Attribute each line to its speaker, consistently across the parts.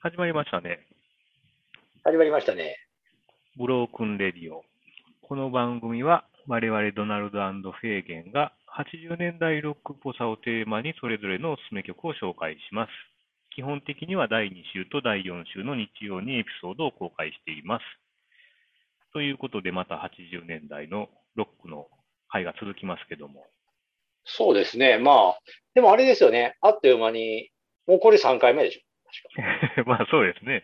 Speaker 1: 始まりましたね。
Speaker 2: 始まりましたね。
Speaker 1: ブロークンレディオ。この番組は我々ドナルドフェーゲンが80年代ロックっぽさをテーマにそれぞれのおすすめ曲を紹介します。基本的には第2週と第4週の日曜にエピソードを公開しています。ということでまた80年代のロックの回が続きますけども。
Speaker 2: そうですね。まあ、でもあれですよね。あっという間に、もうこれ3回目でしょ。
Speaker 1: まあそうですね。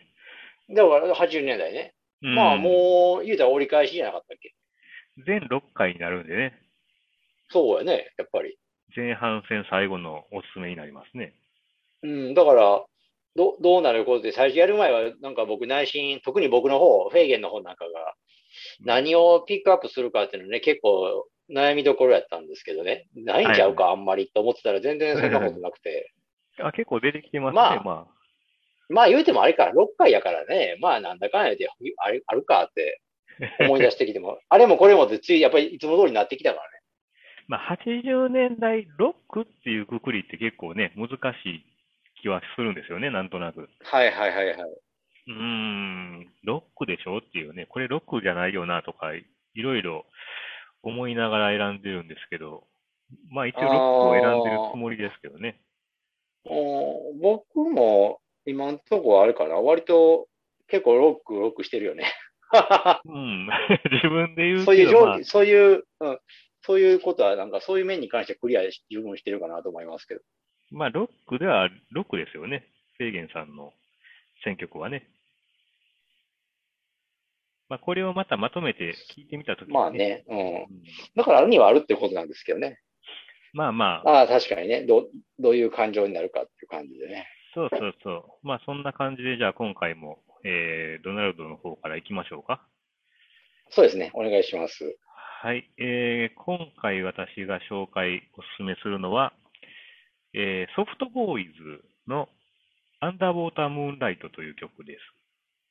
Speaker 2: だから80年代ね。
Speaker 1: うん
Speaker 2: まあもう、言うたら折り返しじゃなかったっけ。
Speaker 1: 全6回になるんでね。
Speaker 2: そうやね、やっぱり。
Speaker 1: 前半戦最後のおすすめになりますね。
Speaker 2: うん、だから、どどうなることで、最初やる前は、なんか僕内心、特に僕の方、フェーゲンの方なんかが、何をピックアップするかっていうのね、結構悩みどころやったんですけどね、ないんちゃうか、あんまりと思ってたら全然そんなことなくて。
Speaker 1: あ結構出てきてますね。
Speaker 2: まあ
Speaker 1: まあ
Speaker 2: まあ言うてもあれか、6回やからね、まあなんだかんやで、あれあるかって思い出してきても、 あれもこれもってつい、やっぱりいつも通りになってきたからね。
Speaker 1: まあ、80年代ロックっていうくくりって結構ね、難しい気はするんですよね、なんとなく。
Speaker 2: はいはいはいはい。
Speaker 1: うーん、ロックでしょっていうね、これロックじゃないよなとか、いろいろ思いながら選んでるんですけど、まあ一応ロックを選んでるつもりですけどね。
Speaker 2: おー僕も今のとこあれかな、割と結構ロック、ロックしてるよ ね。
Speaker 1: うん、 自分で言う
Speaker 2: そうい
Speaker 1: け
Speaker 2: う
Speaker 1: ど、
Speaker 2: 状
Speaker 1: まあ、
Speaker 2: そういう、うん、そういうことは、なんかそういう面に関してクリアし十分してるかなと思いますけど。
Speaker 1: まあロックではロックですよね、フェーゲンさんの選曲はね。まあこれをまたまとめて聞いてみたときに、
Speaker 2: まあね、うん。
Speaker 1: うん
Speaker 2: だからあるにはあるってことなんですけどね。
Speaker 1: まあまあ、
Speaker 2: ああ、確かにね、どうどういう感情になるかっていう感じでね。
Speaker 1: そうそうそう。まあそんな感じで、じゃあ今回も、えードナルドの方から行きましょうか。
Speaker 2: そうですね、お願いします。
Speaker 1: はい。えー今回私が紹介、おすすめするのは、えーソフトボーイズのアンダーウォータームーンライトという曲です。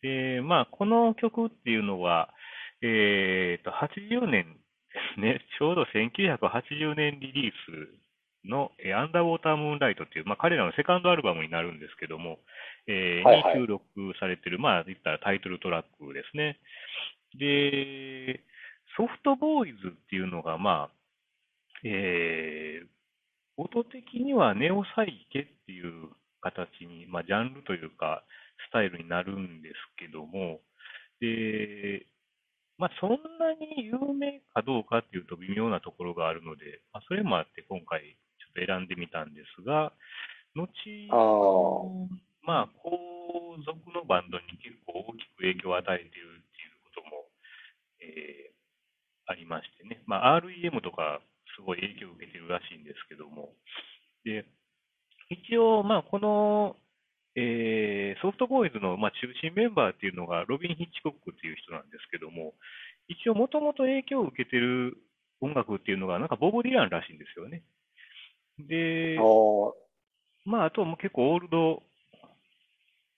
Speaker 1: で、まあこの曲っていうのは、えーと、80年ですね、 ちょうど1980年リリースの、えーアンダーウォータームーンライトっていう、まあ彼らのセカンドアルバムになるんですけども、えー
Speaker 2: はいはい
Speaker 1: に収録されてる、まあ言ったらタイトルトラックですね。で、ソフトボーイズっていうのが、まあ、えー音的にはネオサイケっていう形に、まあ、ジャンルというか、スタイルになるんですけども、で、まあ、そんなに有名かどうかっていうと微妙なところがあるので、まあ、それもあって今回ちょっと選んでみたんですが、後
Speaker 2: ああ。
Speaker 1: まあ、後続のバンドに結構大きく影響を与えているっていうことも、えーありましてね、まあ、REM とかすごい影響を受けてるらしいんですけども、で一応、まあ、この、えーソフトボーイズの、まあ、中心メンバーっていうのがロビン・ヒッチコックっていう人なんですけども、一応、もともと影響を受けてる音楽っていうのが、なんかボブ・ディランらしいんですよね。で、
Speaker 2: お
Speaker 1: まあ、あともう結構オールド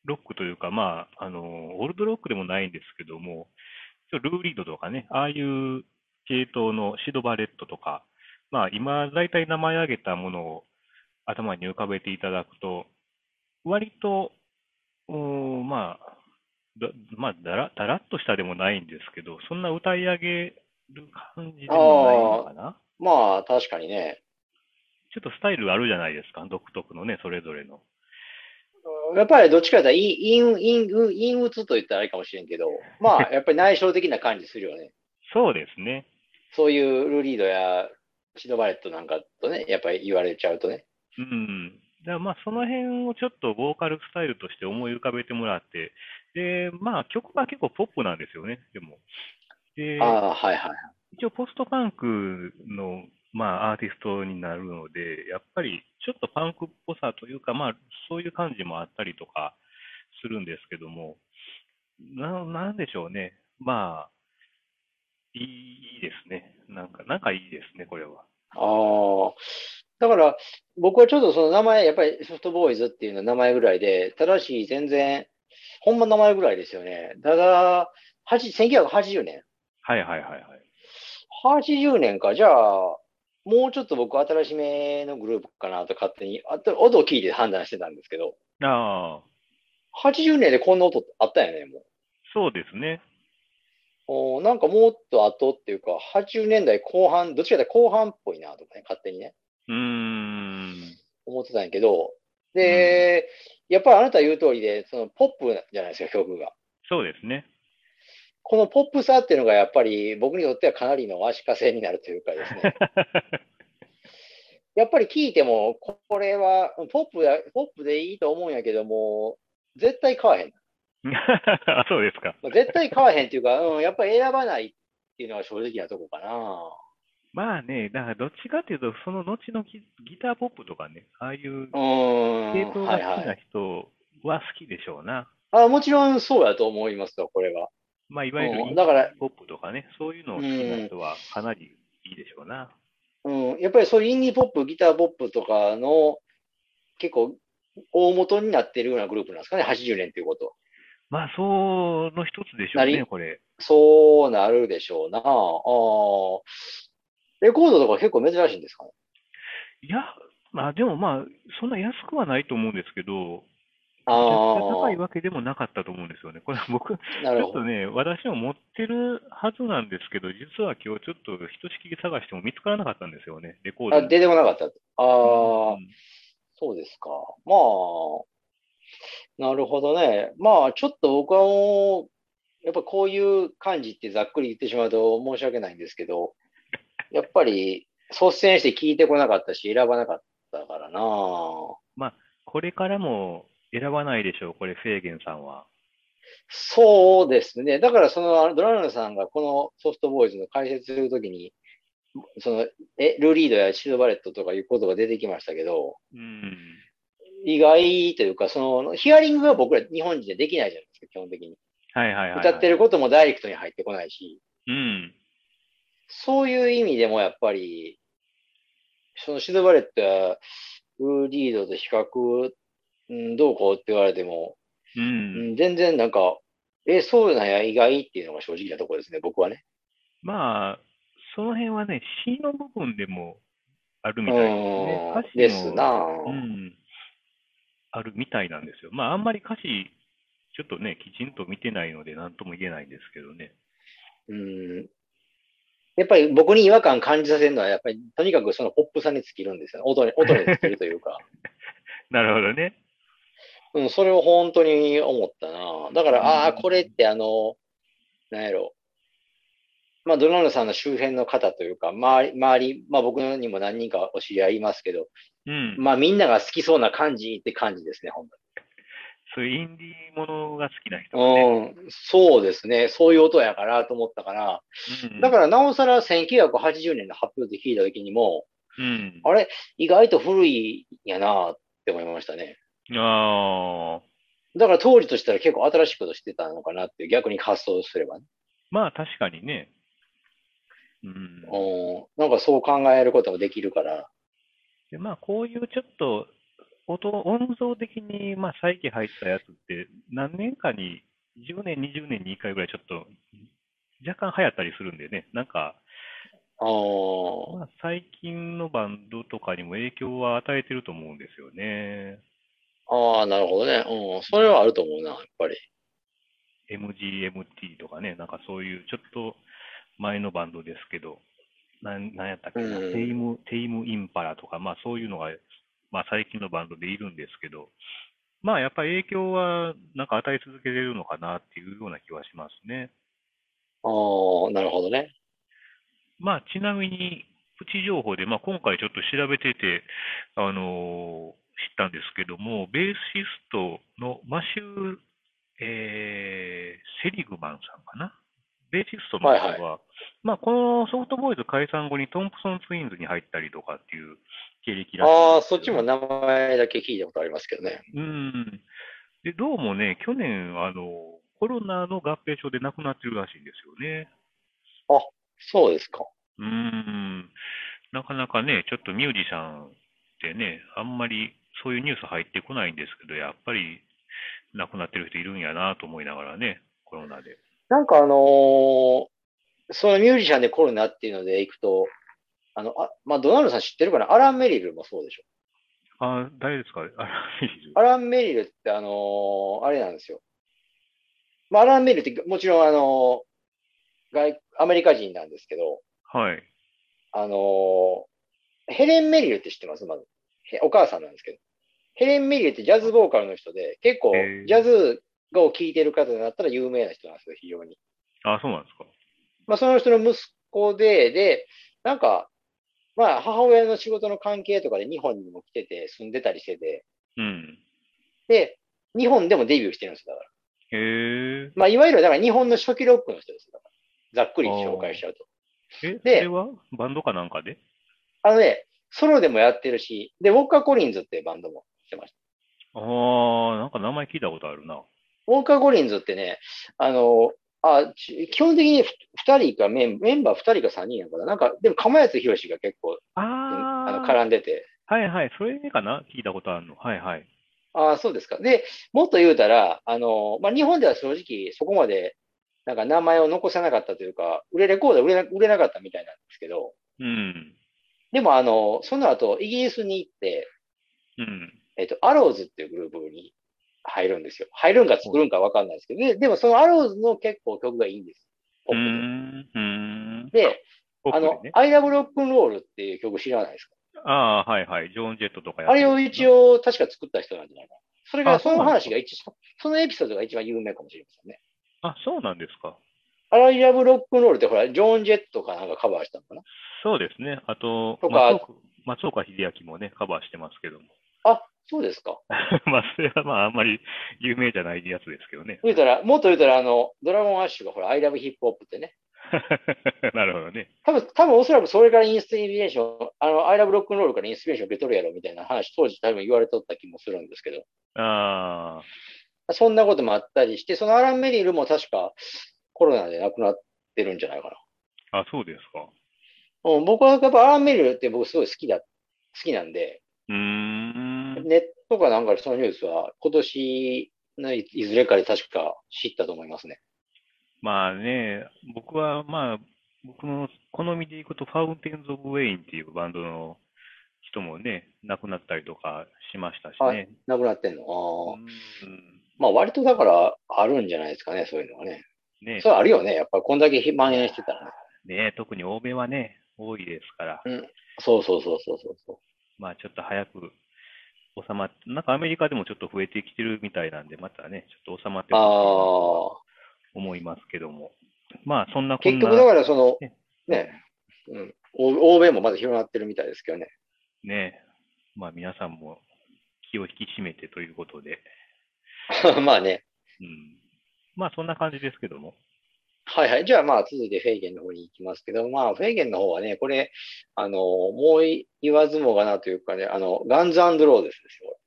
Speaker 1: ロックというか、まあ、あのオールドロックでもないんですけども、ちょルーリードとかね、ああいう系統のシド・バレットとか、まあ、今、大体名前挙げたものを頭に浮かべていただくと、割と、うーんまあ、だ,、まあ、だらだらっとしたでもないんですけど、そんな歌い上げる感じでもないのかな。
Speaker 2: まあ、確かにね。
Speaker 1: ちょっとスタイルあるじゃないですか、独特のね、それぞれの。
Speaker 2: やっぱりどっちかというと、陰陰陰陰鬱と言ったらあれかもしれんけど、まあ、やっぱり内省的な感じするよね。
Speaker 1: そうですね。
Speaker 2: そういうルーリードやシドバレットなんかとね、やっぱり言われちゃうとね。
Speaker 1: うん。だからまあその辺をちょっとボーカルスタイルとして思い浮かべてもらって、で、まあ曲が結構ポップなんですよね、でも。で、
Speaker 2: ああ、はいはい。
Speaker 1: 一応ポストパンクの、まあ、アーティストになるので、やっぱりちょっとパンクっぽさというか、まあ、そういう感じもあったりとかするんですけども、ななんでしょうね。まあ、いいいいですね。なんか、なんかいいですね、これは。
Speaker 2: ああ。だから、僕はちょっとその名前、やっぱりソフトボーイズっていうのは名前ぐらいで、ただし全然、ほんま名前ぐらいですよね。ただ、80 1980年。
Speaker 1: はいはいはいはい。
Speaker 2: 80年か。じゃあ、もうちょっと僕新しめのグループかなと勝手に、あと音を聞いて判断してたんですけど、
Speaker 1: ああ、
Speaker 2: 80年でこんな音あったよね、もう。
Speaker 1: そうですね。
Speaker 2: おーなんかもっと後っていうか、80年代後半、どっちかというと後半っぽいなとかね、勝手にね、
Speaker 1: うーん。
Speaker 2: 思ってたんやけど、で、やっぱりあなた言う通りで、そのポップじゃないですか、曲が。
Speaker 1: そうです ね。
Speaker 2: このポップさっていうのがやっぱり僕にとってはかなりの足かせになるというかですね。やっぱり聴いても、これはポップだ、ポップでいいと思うんやけども、絶対買わへん。
Speaker 1: あそうですか。
Speaker 2: まあ絶対買わへんっていうか、 うん、やっぱり選ばないっていうのは正直なとこかな。
Speaker 1: まあね、だからどっちかというと、その後のギギターポップとかね、ああいう
Speaker 2: うーん。
Speaker 1: 系統が
Speaker 2: はい
Speaker 1: 好
Speaker 2: は。
Speaker 1: きない人は好きでしょうな。
Speaker 2: あもちろんそうやと思いますよ、これは。
Speaker 1: まあ、いわゆる
Speaker 2: うんだから
Speaker 1: インディーポップとかね、そういうのを好きな人はかなりいいでしょうな。
Speaker 2: うん。やっぱりそういうインディーポップ、ギターポップとかの結構大元になってるようなグループなんですかね、80年っていうこと。
Speaker 1: まあ、その一つでしょう
Speaker 2: な
Speaker 1: ね、
Speaker 2: り
Speaker 1: これ。
Speaker 2: そうなるでしょうな。あーレコードとか結構珍しいんですかね。
Speaker 1: いや、まあ、でもまあ、そんな安くはないと思うんですけど、めちゃくちゃ
Speaker 2: あ
Speaker 1: 高い
Speaker 2: あ、
Speaker 1: わけでもなかったと思うんですよね。これ僕、ち
Speaker 2: なる
Speaker 1: ょっ
Speaker 2: ほ
Speaker 1: と
Speaker 2: ど。
Speaker 1: ね、私も持ってるはずなんですけど、実は今日ちょっとひとしきり探しても見つからなかったんですよね、レコード
Speaker 2: あ、
Speaker 1: も
Speaker 2: 出てこなかった。ああ、
Speaker 1: うん
Speaker 2: そうですか。まあ、なるほどね。まあ、ちょっと僕はもう、やっぱこういう感じってざっくり言ってしまうと申し訳ないんですけ ど、やっぱり率先して聞いてこなかったし、選ばなかったからな。
Speaker 1: これからも選ばないでしょう、これ、フェーゲンさんは。
Speaker 2: そうですね。だから、その、あのドラムさんがこのソフトボーイズの解説するときに、その、え、ルーリードやシルバレットとかいうことが出てきましたけど、
Speaker 1: うん。
Speaker 2: 意外というか、その、ヒアリングは僕ら日本人でできないじゃないですか、基本的に。
Speaker 1: はいはいはい、はい。
Speaker 2: 歌ってることもダイレクトに入ってこないし、
Speaker 1: うん。
Speaker 2: そういう意味でもやっぱり、そのシドバレットやウーリードと比較、うん、どうこうって言われても、
Speaker 1: う。
Speaker 2: うんん、全然なんか、え、そうなんや、意外っていうのが正直なところですね、僕はね。
Speaker 1: まあ、その辺はね、詩の部分でもあるみたいですね。
Speaker 2: うん
Speaker 1: 歌、詞
Speaker 2: です
Speaker 1: も、
Speaker 2: なあ。
Speaker 1: うん、あるみたいなんですよ。まあ、あんまり歌詞、ちょっとね、きちんと見てないので、なんとも言えないんですけどね。
Speaker 2: うん。やっぱり僕に違和感感じさせるのは、やっぱりとにかくそのポップさに尽きるんですよ。音に、音に尽きるというか。
Speaker 1: なるほどね。
Speaker 2: うん、それを本当に思ったな。だから、
Speaker 1: うん
Speaker 2: ああ、これってあの、なんやろ。まあ、ドナルドさんの周辺の方というか、周り、周り、まあ僕にも何人かお知り合いいますけど、
Speaker 1: うん。
Speaker 2: まあみんなが好きそうな感じって感じですね、本
Speaker 1: そういうインディーものが好きな人はね。
Speaker 2: 当に。うん、そうですね。そういう音やからと思ったから、
Speaker 1: うん
Speaker 2: だからなおさら1980年の発表で聞いた時にも、
Speaker 1: うん。
Speaker 2: あれ、意外と古いんやなって思いましたね。
Speaker 1: ああ。
Speaker 2: だから当時としたら結構新しいことしてたのかなっていう、逆に発想すればね。
Speaker 1: まあ、確かにね。うん。
Speaker 2: うん、なんかそう考えることもできるから。
Speaker 1: で、まあ、こういうちょっと音、音像的に、まあ、再起入ったやつって、何年かに、10年、20年に1回ぐらいちょっと、若干流行ったりするんでね、なんか、
Speaker 2: あー
Speaker 1: まあ、最近のバンドとかにも影響は与えてると思うんですよね。
Speaker 2: あー、なるほどね。うん、それはあると思うな、やっぱり。
Speaker 1: MGMT とかね、なんかそういうちょっと前のバンドですけど、なん、なんやったっけな、
Speaker 2: うん
Speaker 1: テイム、テイムインパラとか、まあそういうのが、まあ最近のバンドでいるんですけど、まあやっぱり影響はなんか与え続けれるのかなっていうような気はしますね。
Speaker 2: ああ、なるほどね。
Speaker 1: まあちなみに、プチ情報で、まあ今回ちょっと調べてて、あのー知ったんですけども、ベーシストのマシュー、えーセリグマンさんかな。ベーシストの
Speaker 2: はい
Speaker 1: 方は、まあこのソフトボーイズ解散後にトンプソンツインズに入ったりとかっていう経歴らしいん
Speaker 2: ああ、
Speaker 1: ですけ
Speaker 2: そ
Speaker 1: ど
Speaker 2: っちも名前だけ聞いたことありますけどね。
Speaker 1: うん。で、どうもね、去年、あの、コロナの合併症で亡くなってるらしいんですよね。
Speaker 2: そうですか。
Speaker 1: うーん、なかなかね、ちょっとミュージシャンってね、あんまりそういうニュース入ってこないんですけど、やっぱり亡くなってる人いるんやなと思いながらね、コロナで。
Speaker 2: なんかあのーそのミュージシャンでコロナっていうので行くと、あの、あまあ、ドナルドさん知ってるかなアラン・メリルもそうでしょ。
Speaker 1: あ、誰ですかあら、ミリル
Speaker 2: アラン・メリルって、あのーあれなんですよ。まあ、アラン・メリルって、もちろん、あのー外、アメリカ人なんですけど、
Speaker 1: はい。
Speaker 2: あのーヘレン・メリルって知ってますまず。へお母さんなんですけど。ヘレン・メリルってジャズボーカルの人で、結構
Speaker 1: へー、
Speaker 2: ジャズを聴いてる方だったら有名な人なんですよ、非常に。
Speaker 1: あ、そうなんですか。
Speaker 2: まあ、その人の息子で、で、なんか、まあ、母親の仕事の関係とかで日本にも来てて、住んでたりしてて、
Speaker 1: うん。
Speaker 2: で、日本でもデビューしてるんですよ、だから。
Speaker 1: へえ。
Speaker 2: まあ、いわゆる、だから日本の初期ロックの人ですよ、だから。ざっくり紹介しちゃうと。
Speaker 1: え、そ
Speaker 2: で
Speaker 1: れはバンドかなんかで
Speaker 2: あのね、ソロでもやってるし、で、ウォッカ・コリンズっていうバンドもしてました。
Speaker 1: ああ、なんか名前聞いたことあるな。
Speaker 2: ウォッカ・コリンズってね、あの、あち基本的に2人かメン、メンバー2人か3人やから、なんか、でも、釜安博士が結構、あの
Speaker 1: ああ、
Speaker 2: 絡んでて、
Speaker 1: はいはい。それかな聞いたことあるの。はいはい。
Speaker 2: ああ、そうですか。で、もっと言うたら、あの、まあ、日本では正直そこまで、なんか名前を残せなかったというか、売れレコードは売れな売れなかったみたいなんですけど、
Speaker 1: うん。
Speaker 2: でもあの、その後、イギリスに行って、
Speaker 1: うん。
Speaker 2: えっと、アローズっていうグループに入るんですよ。入るんか作るんかわかんないですけど、で、でもそのアローズの結構曲がいいんです。ポ
Speaker 1: うー
Speaker 2: ッ
Speaker 1: ん。うーん。
Speaker 2: プで。で、
Speaker 1: ポ
Speaker 2: あ
Speaker 1: ッ
Speaker 2: の
Speaker 1: プでね、。
Speaker 2: I Love Rock and Roll っていう曲知らないですか
Speaker 1: ああ、はいはい。ジョーン・ジェットとかや
Speaker 2: あれを一
Speaker 1: 応。
Speaker 2: 応確か作った人なんじゃないかな。それが、
Speaker 1: あそう
Speaker 2: そ
Speaker 1: な
Speaker 2: の
Speaker 1: んですか
Speaker 2: 話が一、そのエピソードが一番有名かもしれませんね。
Speaker 1: あ、そうなんですか。
Speaker 2: アライラブロックンロールってほら、ジョーン・ジェットかなんかカバーしたのかな
Speaker 1: そうですね。あと、
Speaker 2: とか
Speaker 1: 松岡松岡秀明もね、カバーしてますけども。
Speaker 2: そうですか。
Speaker 1: まあ、それはまあ、あんまり有名じゃないやつですけどね。
Speaker 2: 言うたら、もっと言うたら、あの、ドラゴン・アッシュがほら、アイラブ・ヒップホップってね。
Speaker 1: なるほどね。
Speaker 2: 多分、多分おそらくそれからインスピレーション、あの、アイラブロックンロールからインスピレーション受け取るやろみたいな話、当時多分言われとった気もするんですけど、
Speaker 1: あ
Speaker 2: そんなこともあったりして、そのアラン・メリルも確かコロナで亡くなってるんじゃないか
Speaker 1: あ、あ、そうですか。
Speaker 2: な。うん、僕はやっぱアラン・メリルって僕すごい好きだ、好きなんで、
Speaker 1: うーん。
Speaker 2: ネットかなんかでそのニュースは今年のいいずれかで確か知ったと思いますね。
Speaker 1: まあね、僕はまあ、僕の好みでいくと、ファウンテンズ・オブ・ウェインっていうバンドの人もね、亡くなったりとかしましたし
Speaker 2: は
Speaker 1: ね。
Speaker 2: なくなってんの
Speaker 1: う
Speaker 2: あー
Speaker 1: ん。
Speaker 2: まあ割とだからあるんじゃないですかね、そういうのはね。
Speaker 1: ね
Speaker 2: それはあるよね。やっぱりこんだけ蔓延してたらね。
Speaker 1: ね特に欧米はね、多いですから。
Speaker 2: そうそうそうそうそうそう。
Speaker 1: まあちょっと早く収まって、なんかアメリカでもちょっと増えてきてるみたいなんで、またね、ちょっと収まってほしいなと
Speaker 2: ああ、
Speaker 1: 思いますけども。まあそんなこん
Speaker 2: 結
Speaker 1: な。
Speaker 2: 局だからその
Speaker 1: ね、
Speaker 2: ね、うん、欧欧米もまだ広がってるみたいですけどね。
Speaker 1: ねまあ皆さんも気を引き締めてということで。
Speaker 2: まあね。
Speaker 1: うん。まあそんな感じですけども。
Speaker 2: はいはい。じゃあまあ続いてフェイゲンの方に行きますけど、まあフェイゲンの方はね、これ、あの、もうい言わずもがなというかね、あの、ガンズローデスですよ。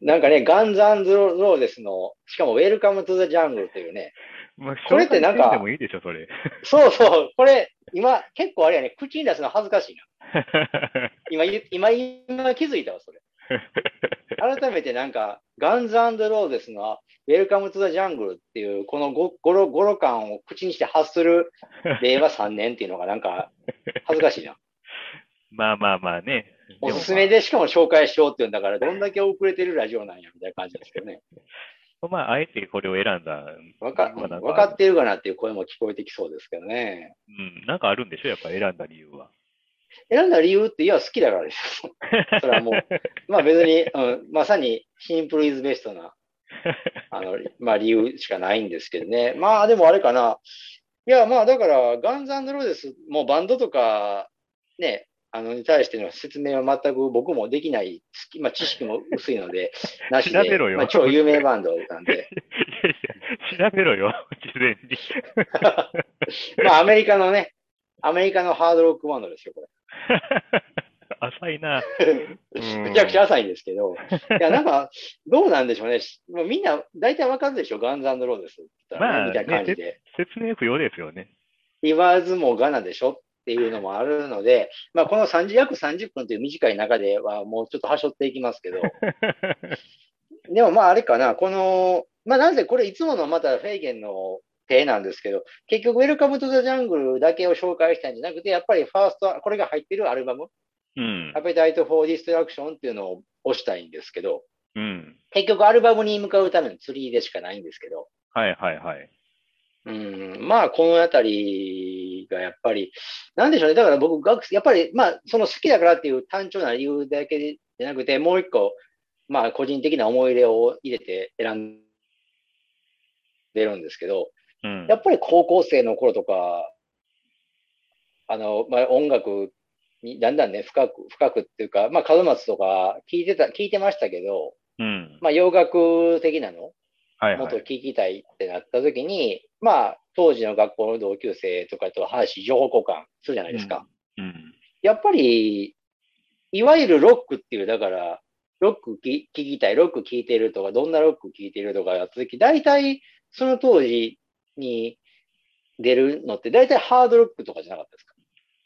Speaker 2: なんかね、ガンズローデスの、しかもウェルカムトゥザジャングルというね、
Speaker 1: まあ、
Speaker 2: これってなんか
Speaker 1: 紹介せでもいいでしょ、それ。
Speaker 2: そうそう、これ、今、結構あれやね、口に出すの恥ずかしいな。今言、今、今気づいたわ、それ。改めてなんか、ガンズローデスのウェルカムトゥザジャングルっていう、このごゴロゴロ感を口にして発する令 和3年っていうのがなんか、恥ずかしいな。
Speaker 1: まあまあまあね。
Speaker 2: おすすめ
Speaker 1: で
Speaker 2: で、しかも紹介しようっていうんだから、どんだけ遅れてるラジオなんや、みたいな感じですけどね。
Speaker 1: も。まあ、あえてこれを選んだ。
Speaker 2: わか、
Speaker 1: まあなん
Speaker 2: わかってるかなっていう声も聞こえてきそうですけどね。
Speaker 1: うん。なんかあるんでしょ、やっぱ選んだ理由は。
Speaker 2: 選んだ理由って、いや、好きだか らです。それはもう、まあ別に、うん、まさにシンプルイズベストな、あの、まあ理由しかないんですけどね。まあでもあれかな。いや、まあだから、ガンズローデス、もうバンドとか、ね、あの、に対しての説明は全く僕もできない、好きまあ知識も薄いの で、なし
Speaker 1: 調べ
Speaker 2: で
Speaker 1: ろ、よ
Speaker 2: まあ超有名バンドな んで、
Speaker 1: 調べろよ、事前に。
Speaker 2: まあアメリカのね、アメリカのハードロックバンドですよ、これ。
Speaker 1: 浅いな。
Speaker 2: め
Speaker 1: め
Speaker 2: ちゃくちゃ浅いんですけど、いや、なんか、どうなんでしょうね。もうみんな、大体わかるでしょ、ガンズローデスって言ったらね、
Speaker 1: まあ
Speaker 2: みたいな感じで。
Speaker 1: 説明不要ですよね。
Speaker 2: 言わずもがなでしょっていうのもあるので、まあ、この30約30分という短い中では、もうちょっと端折っていきますけど、でもまあ、あれかな、この、まあ、なぜこれ、いつものまたフェイゲンの手なんですけど、結局、ウェルカム・トゥ・ザ・ジャングルだけを紹介したんじゃなくて、やっぱりファースト、これが入ってるアルバム、
Speaker 1: うん
Speaker 2: ア。ペタイト・フォー・ディストラクションっていうのを押したいんですけど、
Speaker 1: うん。
Speaker 2: 結局アルバムに向かうためのツリーでしかないんですけど、
Speaker 1: はいはいはい。
Speaker 2: うん、まあ、このあたりがやっぱり、なんでしょうね。だから僕、学生やっぱり、まあ、その好きだからっていう単調な理由だけじゃなくて、もう一個、まあ、個人的な思い入れを入れて選んでるんですけど、
Speaker 1: うん
Speaker 2: や。っぱり高校生の頃とか、あの、まあ、音楽にだんだんね、深く、深くっていうか、まあ、門松とか聞いてた、聞いてましたけど、
Speaker 1: うん。
Speaker 2: まあ、洋楽的なの
Speaker 1: はい
Speaker 2: もっ
Speaker 1: は
Speaker 2: と
Speaker 1: い。
Speaker 2: 聞きたいってなった時に、まあ、当時の学校の同級生とかと話し、情報交換するじゃないですか。
Speaker 1: うん。
Speaker 2: やっぱり、いわゆるロックっていう、だから、ロックき聞きたい、ロック聞いてるとか、どんなロック聞いてるとかやった時、大体、その当時に出るのって、大体ハードロックとかじゃなかったですか。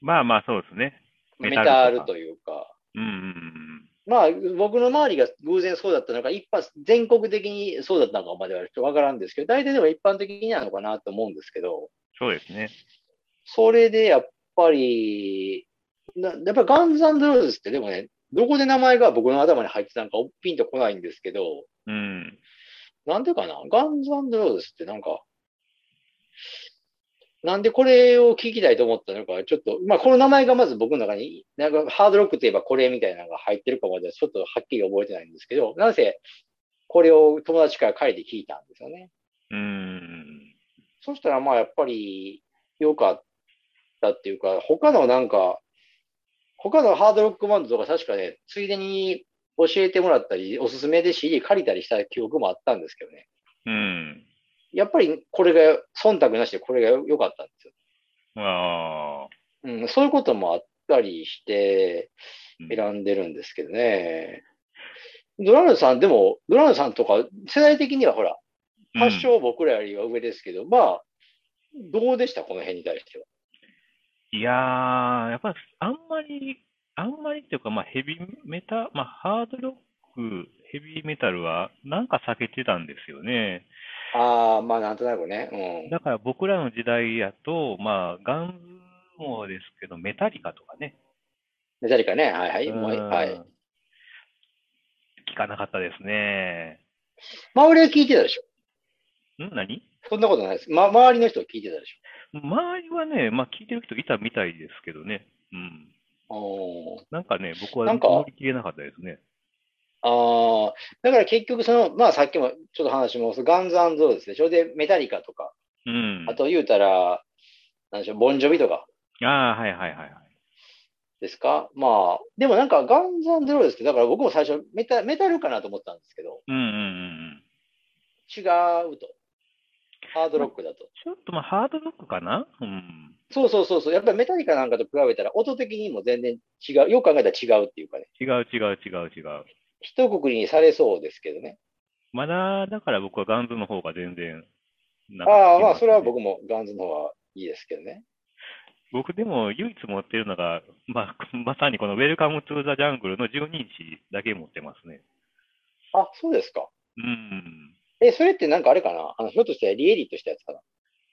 Speaker 1: まあまあそうですね。
Speaker 2: メ
Speaker 1: メ
Speaker 2: タ
Speaker 1: タルとか
Speaker 2: ルというか。
Speaker 1: うんうん
Speaker 2: まあ、僕の周りが偶然そうだったのか、一発、全国的にそうだったのかまではちょっとわからんですけど、大体でも一般的になのかなと思うんですけど、
Speaker 1: そうですね。
Speaker 2: それでやっぱり、なやっぱガンズローズってでもね、どこで名前が僕の頭に入ってたのかピンとこないんですけど、
Speaker 1: うん。
Speaker 2: なんでかなガンズローズってなんか、なんでこれを聞きたいと思ったのか、ちょっと、まあこの名前がまず僕の中に、なんかハードロックといえばこれみたいなのが入ってるかまではちょっとはっきり覚えてないんですけど、なんせこれを友達から借りて聞いたんですよね。
Speaker 1: うん。
Speaker 2: そしたらまあやっぱり良かったっていうか、他のなんか、他のハードロックバンドとか確かね、ついでに教えてもらったり、おすすめで CD 借りたりした記憶もあったんですけどね。
Speaker 1: うん。
Speaker 2: やっぱりこれが、忖度なしでこれが良かったんですよ。
Speaker 1: ああ。
Speaker 2: うん、そういうこともあったりして
Speaker 1: うん
Speaker 2: 選んでるんですけどね。ドラムさん、でも、ドラムさんとか世代的にはほら、発
Speaker 1: うん
Speaker 2: 祥僕らよりは上ですけど、まあ、どうでしたこの辺に対しては。
Speaker 1: いやー、やっぱあんまり、あんまりっていうか、まあヘビメタ、まあハードロック、ヘビーメタルはなんか避けてたんですよね。
Speaker 2: ああ、まあなんとなくね。うん。
Speaker 1: だから僕らの時代やと、まあガンズもですけど、メタリカとかね。
Speaker 2: メタリカね。はいはい。
Speaker 1: うん
Speaker 2: もうはい。
Speaker 1: 聞かなかったですね。
Speaker 2: まあ俺は聞いてたでしょ。
Speaker 1: ん何
Speaker 2: そんなことないです。ま、周りの人は聞いてたでし
Speaker 1: 周りはね、まあ聞いてる人いたみたいですけどね。うん。
Speaker 2: ょ。うん。
Speaker 1: なんかね、僕は
Speaker 2: なんか
Speaker 1: 乗り切れなかったですね。
Speaker 2: ああ、だから結局その、まあさっきもちょっと話します。ガンズローズでしょ。で、メタリカとか、
Speaker 1: うん。
Speaker 2: あと言うたら、なんでしょう、ボンジョビとか
Speaker 1: ああ、はいはいはいはい。
Speaker 2: ですか。まあ、でもなんかガンズローズって、だから僕も最初メタ、メタルかなと思ったんですけど、
Speaker 1: うんうんうんうん。
Speaker 2: 違うと。ハードロックだと。
Speaker 1: ちょっとまあハードロックかなうん。
Speaker 2: そうそうそうそう。やっぱりメタリカなんかと比べたら、音的にも全然違う。よく考えたら違うっていうかね。
Speaker 1: 違う違う違う違う。
Speaker 2: 一括りにされそうですけどね。
Speaker 1: まだ、だから僕はガンズの方が全然、なんか
Speaker 2: ああ、
Speaker 1: 聞き
Speaker 2: まあ、
Speaker 1: すね
Speaker 2: それは。僕もガンズの方がいいですけどね。
Speaker 1: 僕でも唯一持ってるのが、まあ、 まさにこのウェルカムトゥーザジャングルの12インチだけ持ってますね。
Speaker 2: あ、そうですか。
Speaker 1: うん。
Speaker 2: え、それってなんかあれかなあの、ひょっとしてリエリットしたやつかな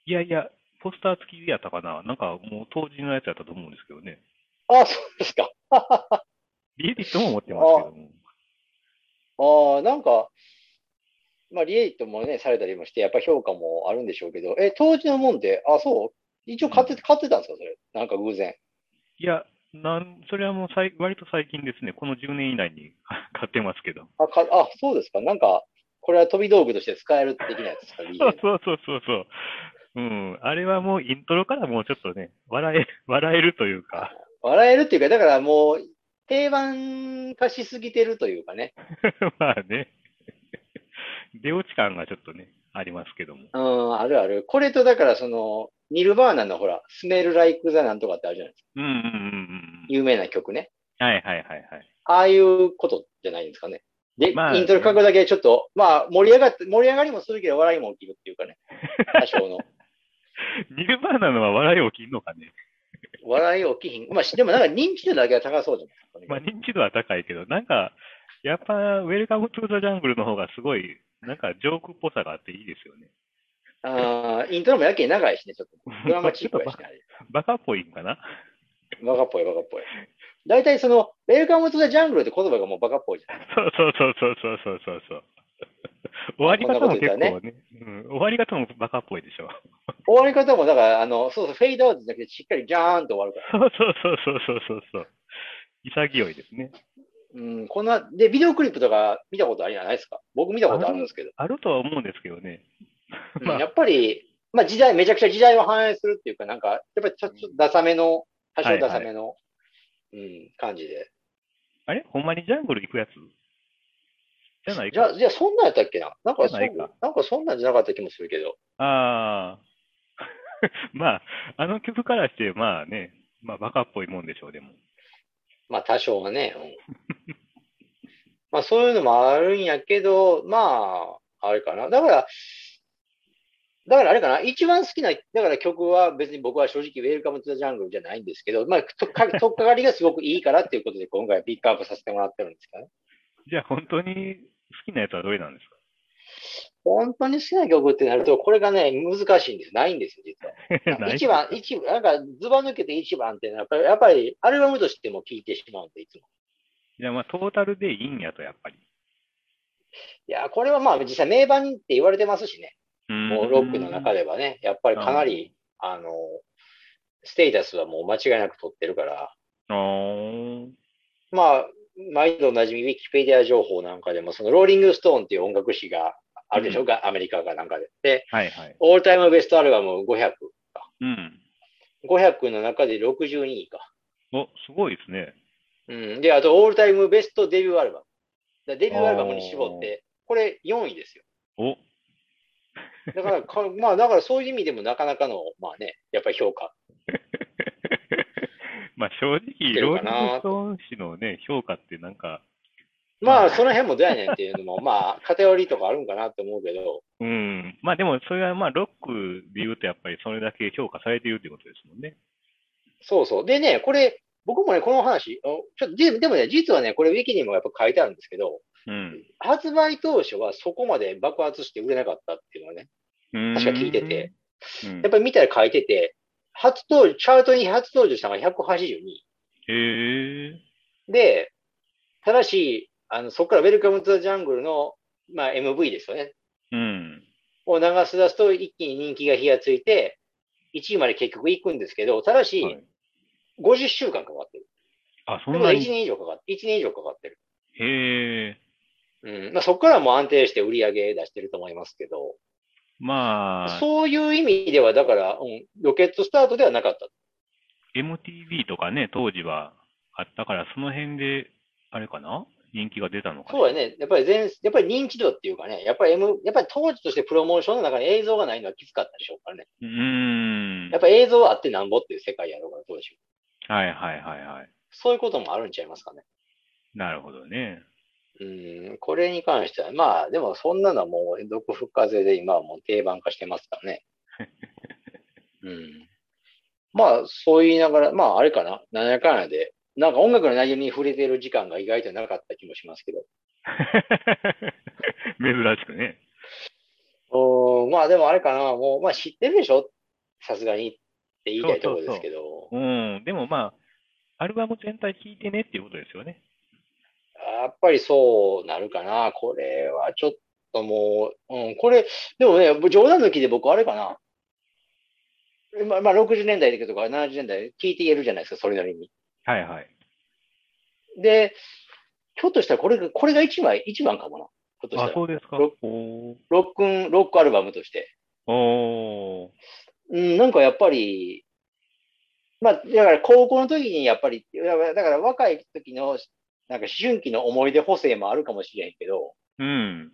Speaker 2: い
Speaker 1: やいや、ポスター付きやったかななんかもう当時のやつやったと思うんですけどね。
Speaker 2: あ、そうですか。
Speaker 1: リエリットも持ってますけども。
Speaker 2: ああ、なんか、まあ、リエリットもね、されたりもして、やっぱ評価もあるんでしょうけど、え、当時のもんで、あ、そう一応買って、買ってたんですかそれ。なんか偶然。
Speaker 1: いや、なん、それはもうさい割と最近ですね。この10年以内に 買ってますけど。
Speaker 2: あ、かあそうですか。なんか、これは飛び道具として使える的なやつですか、リエリ
Speaker 1: そう
Speaker 2: ット
Speaker 1: そうそうそうそう。うん。あれはもうイントロからもうちょっとね、笑え、 笑えるというか。
Speaker 2: 笑えるっていうか、だからもう、定番化しすぎてるというかね。
Speaker 1: まあね。出落ち感がちょっとね、ありますけども。
Speaker 2: うん、あるある。これとだから、その、ニルバーナのほら、スメルライクザなんとかってあるじゃないですか。
Speaker 1: うんうんうんうん
Speaker 2: 有名な曲ね。
Speaker 1: うん。はいはいはいはい。
Speaker 2: ああいうことじゃないんですかね。で、
Speaker 1: まあ
Speaker 2: イントロ書くだけちょっと、まあ、盛り上がって、盛り上がりもするけど、笑いも起きるっていうかね。多 少の。
Speaker 1: ニルバーナのは笑い起きんのかね。
Speaker 2: 笑い起きひん。まあ、しでもなんか認知度だけは高そうじゃないですかね。
Speaker 1: まあ認知度は高いけど、なんか、やっぱ、ウェルカムトゥーザジャングルの方がすごい、なんかジョークっぽさがあっていいですよね。
Speaker 2: あーイントロもやけに長いしね、ちょっと。ドラマチックやしね。あれ
Speaker 1: バカっぽいんかな
Speaker 2: バカっぽい、バカっぽい。大体その、ウェルカムトゥザジャングルって言葉がもうバカっぽいじゃん。
Speaker 1: そうそうそうそうそうそうそうそう。終わり方も結構ねうん、終わり方もバカっぽいでしょ。
Speaker 2: 終わり方も、だから、あの、そうそう、フェイドアウトじゃなくて、しっかりジャーンと終わるから。
Speaker 1: そうそうそうそうそうそうそう。潔いですね。
Speaker 2: うん、こんな、で、ビデオクリップとか見たことありじゃないですか。僕見たことあるんですけど。
Speaker 1: あるとは思うんですけどね。ま
Speaker 2: うん
Speaker 1: あ
Speaker 2: やっぱり、まあ時代、めちゃくちゃ時代を反映するっていうか、なんか、やっぱりちょっとダサめの、多少ダサめの、うん、感じで。
Speaker 1: あれほんまにジャングル行くやつじゃない
Speaker 2: じゃ
Speaker 1: か。
Speaker 2: あ、じゃあそんなんやったっけななん
Speaker 1: じ
Speaker 2: かそ
Speaker 1: ゃ
Speaker 2: う
Speaker 1: ないか
Speaker 2: なんかそんなんじゃなかった気もするけど。
Speaker 1: ああ。 まあ、あの曲からして、まあね、まあバカっぽいもんでしょう、でも。
Speaker 2: まあ多少はね。うん、まあそういうのもあるんやけど、まあ、あれかな。だから、だからあれかな。一番好きな、だから曲は別に僕は正直、ウェルカム・トゥ・ジャングルじゃないんですけど、まあ、とっか とっかかりがすごくいいからっていうことで今回ピックアップさせてもらってるんですけどね。
Speaker 1: じゃあ本当に好きなやつはどれなんですか
Speaker 2: 本当に好きな曲ってなると、これがね、難しいんです。ないんですよ、実は。
Speaker 1: ない
Speaker 2: 一番、一番、なんか、ズバ抜けて一番っていうのは、やっぱり、やっぱりアルバムとしても聴いてしまうんで、いつも。
Speaker 1: じゃあまあトータルでいいんやと、やっぱり。
Speaker 2: いや、これはまあ、実際名盤って言われてますしね。もうロックの中
Speaker 1: で。
Speaker 2: ではね、やっぱりかなり、あの、ステータスはもう間違いなく取ってるから、
Speaker 1: あー
Speaker 2: まあ、毎度おなじみ、ウィキペディア情報なんかでも、そのローリング・ストーンっていう音楽誌があるでし
Speaker 1: う
Speaker 2: ょうか、アメリカかなんかで。で、
Speaker 1: はいはい。
Speaker 2: オールタイムベストアルバム500か。
Speaker 1: うん。
Speaker 2: 500の中で62位か。
Speaker 1: お、すごいですね。
Speaker 2: うん。で、あと、オールタイムベストデビューアルバム。だからデビューアルバムに絞って、これ4位ですよ。
Speaker 1: お、
Speaker 2: だからか、まあ、だからそういう意味でもなかなかの、まあね、やっぱり評価。
Speaker 1: まあ正
Speaker 2: い
Speaker 1: 直、
Speaker 2: け
Speaker 1: ロ
Speaker 2: る
Speaker 1: ー
Speaker 2: か
Speaker 1: リング
Speaker 2: な
Speaker 1: ストーン氏のね、評価ってなんか、
Speaker 2: まあ、その辺もどうやねんっていうのも、 まあ、偏りとかあるんかなって思うけど、
Speaker 1: うん。まあでも、それはまあロックで言うと、やっぱりそれだけ評価されているということですもんね。
Speaker 2: そうそう。でね、これ、僕もね、この話、あちょっとででもね、実はね、これ、ウィキにもやっぱ書いてあるんですけど、
Speaker 1: うん。
Speaker 2: 発売当初はそこまで爆発して売れなかったっていうのはね、確か聞いてて、
Speaker 1: うん
Speaker 2: やっぱり見たら書いてて、初登場、チャートに初登場したのが182。
Speaker 1: へえ。
Speaker 2: で、ただし、あのそこからウェルカム・トゥ・ジャングルの、まあ、MV ですよね。
Speaker 1: うん。
Speaker 2: を流し出すと一気に人気が火がついて、1位まで結局行くんですけど、ただし、
Speaker 1: はい
Speaker 2: 50週間かかってる。
Speaker 1: あ、そ
Speaker 2: で
Speaker 1: ん
Speaker 2: も
Speaker 1: な
Speaker 2: 1
Speaker 1: に。
Speaker 2: 年以上かかって、1年以上かかってる。
Speaker 1: へえ。
Speaker 2: うん。まあ、そこからもう安定して売り上げ出してると思いますけど、
Speaker 1: まあ、
Speaker 2: そういう意味では、だから、うん、ロケットスタートではなかった。
Speaker 1: MTV とかね、当時はあったから、その辺で、あれかな人気が出たのか
Speaker 2: そうやね。やっぱり全、やっぱり認知度っていうかね、やっぱり M、やっぱり当時としてプロモーションの中に映像がないのはきつかったでしょうからね。
Speaker 1: うーん。
Speaker 2: やっぱ映像はあってなんぼっていう世界やろうから、当時。
Speaker 1: はいはいはいはい。
Speaker 2: そういうこともあるんちゃいますかね。
Speaker 1: なるほどね。
Speaker 2: うん、これに関しては、まあ、でもそんなのはもう、毒吹かぜで今はもう定番化してますか らね。うん。まあ、そう言いながら、まあ、あれかな、なんやかんやで、なんか音楽の内容に触れてる時間が意外となかった気もしますけど。
Speaker 1: 珍しくね。
Speaker 2: おまあ、でもあれかな、もう、まあ、知ってるでしょさすがにって言いたいところですけど。
Speaker 1: うん。でもまあ、アルバム全体聴いてねっていうことですよね。
Speaker 2: やっぱりそうなるかな。これはちょっともう、うん、これ、でもね、冗談抜きで僕あれかな。まあ、まあ、60年代だけどとか70年代聞いているじゃないですか、それなりに。
Speaker 1: はいはい。
Speaker 2: で、ひょっとしたらこれが、これが一枚、一番かもな。ひょっとし
Speaker 1: あ、
Speaker 2: た
Speaker 1: そ
Speaker 2: ら。
Speaker 1: うですか。
Speaker 2: ロ
Speaker 1: おー
Speaker 2: ロックン、ロックアルバムとして。
Speaker 1: おー
Speaker 2: うん、なんかやっぱり、まあ、だから高校の時にやっぱり、いやだから若い時の、なんか思春期の思い出補正もあるかもしれんけど、
Speaker 1: うん。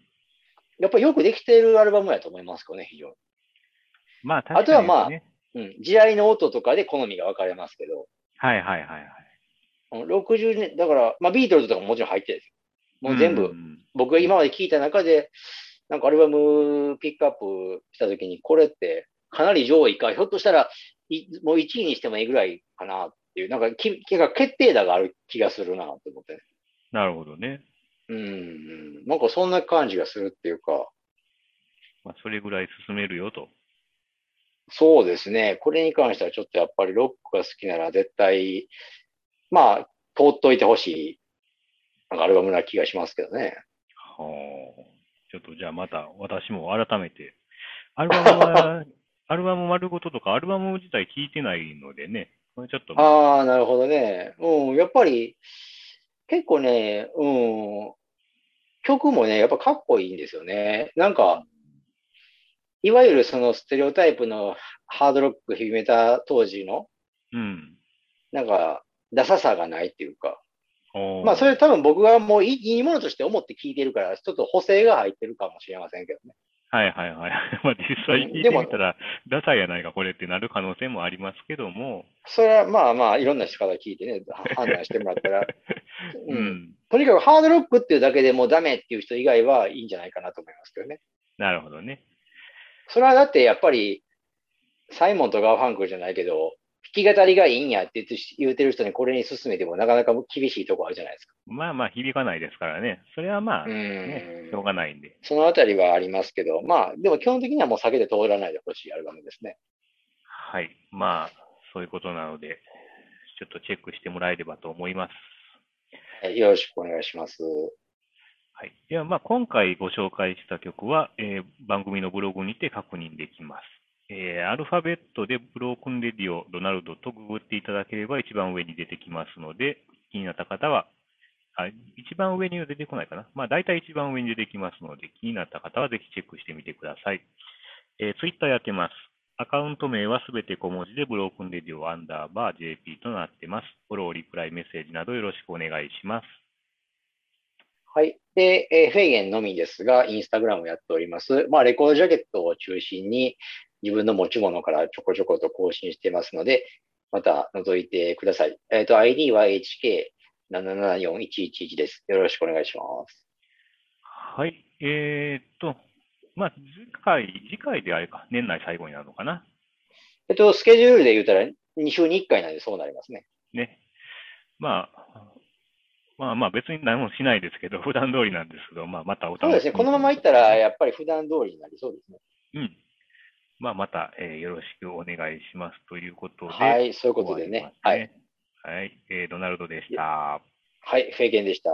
Speaker 2: やっぱりよくできているアルバムやと思いますけどね、非常に。
Speaker 1: まあ、確かに、ね。
Speaker 2: あとはまあうん、時代の音とかで好みが分かれますけど、
Speaker 1: はいはいはいはい。
Speaker 2: うん60年、だから、まあ、ビートルズとかももちろん入ってるんですよ。もう全部、
Speaker 1: ん
Speaker 2: 僕が今まで聴いた中で、なんかアルバムピックアップしたときに、これってかなり上位か、ひょっとしたらいもう1位にしてもいいぐらいかなっていう、なんかき結果決定打がある気がするなと思ってね。
Speaker 1: なるほどね。
Speaker 2: うんうん、なんかそんな感じがするっていうか、
Speaker 1: まあ、それぐらい進めるよと。
Speaker 2: そうですね。これに関してはちょっとやっぱりロックが好きなら絶対、まあ、通っといてほしい、なんかアルバムな気がしますけどね。
Speaker 1: はあ、ちょっとじゃあまた私も改めて、アルバム は、アルバム丸ごととか、アルバム自体聞いてないのでね、これちょっと、
Speaker 2: ああ、なるほどね。うん、やっぱり、結構ね、うん、曲もね、やっぱかっこいいんですよね。なんか、いわゆるそのステレオタイプのハードロック、ヘビメタ当時の、
Speaker 1: うん。
Speaker 2: なんか、ダサさがないっていうか。
Speaker 1: おー
Speaker 2: まあ、それ多分僕がもういいいいものとして思って聞いてるから、ちょっと補正が入ってるかもしれませんけどね。
Speaker 1: はいはいはい。 まあ実際聞いてみたら、ダサいやないかこれってなる可能性もありますけども、
Speaker 2: それはまあまあ、いろんな仕方聞い てね、判断してもらった ら。
Speaker 1: う
Speaker 2: うん。
Speaker 1: ん。
Speaker 2: とにかくハードロックっていうだけでもうダメっていう人以外はいいんじゃないかなと思いますけどね。
Speaker 1: なるほどね。
Speaker 2: それはだってやっぱり、サイモンとガーファンクルじゃないけど、弾き語りがいいんやって言って言うてる人にこれに勧めてもなかなか厳しいとこあるじゃないですか。
Speaker 1: まあまあ響かないですからね。それはまあ、
Speaker 2: う。
Speaker 1: ね、しょうんがないんで。
Speaker 2: そのあたりはありますけど、まあ、でも基本的にはもう避けて通らないでほしいアルバムですね。
Speaker 1: はい。まあ、そういうことなので、ちょっとチェックしてもらえればと思います。
Speaker 2: はいよろしくお願いします。
Speaker 1: はい。では、まあ、今回ご紹介した曲は、えー番組のブログにて確認できます。えーアルファベットでブロークンレディオ、ドナルドとググっていただければ一番上に出てきますので、気になった方は、あ一番上には出てこないかな。まあ、大体一番上に出てきますので、気になった方はぜひチェックしてみてください。えツイッター Twitter やってます。アカウント名はすべて小文字で、ブロークンレディオアンダーバー JP となってます。フォロー、リプライ、メッセージなどよろしくお願いします。
Speaker 2: はい。で、えーフェイゲンのみですが、インスタグラムをやっております。まあ、レコードジャケットを中心に、自分の持ち物からちょこちょこと更新してますので、また覗いてください。えっ、と、ID は HK774111 です。よろしくお願いします。
Speaker 1: はい。えーっと、まあ、次回、次回であれか、年内最後になるのかな。
Speaker 2: えっ、と、スケジュールで言うたら、2週に1回なんでそうなりますね。
Speaker 1: ね。まあ、まあまあ別に何もしないですけど、普 段通りなんですけど、まあまたお楽し
Speaker 2: そう
Speaker 1: み
Speaker 2: ですね。このまま行ったら、やっぱり普段通りになりそうですね。
Speaker 1: うん。まあまた、えーよろしくお願いしますということで。
Speaker 2: は
Speaker 1: と
Speaker 2: い。そういうことでね。はい。。
Speaker 1: はい。えードナルドでした。
Speaker 2: はい。フェイゲンでした。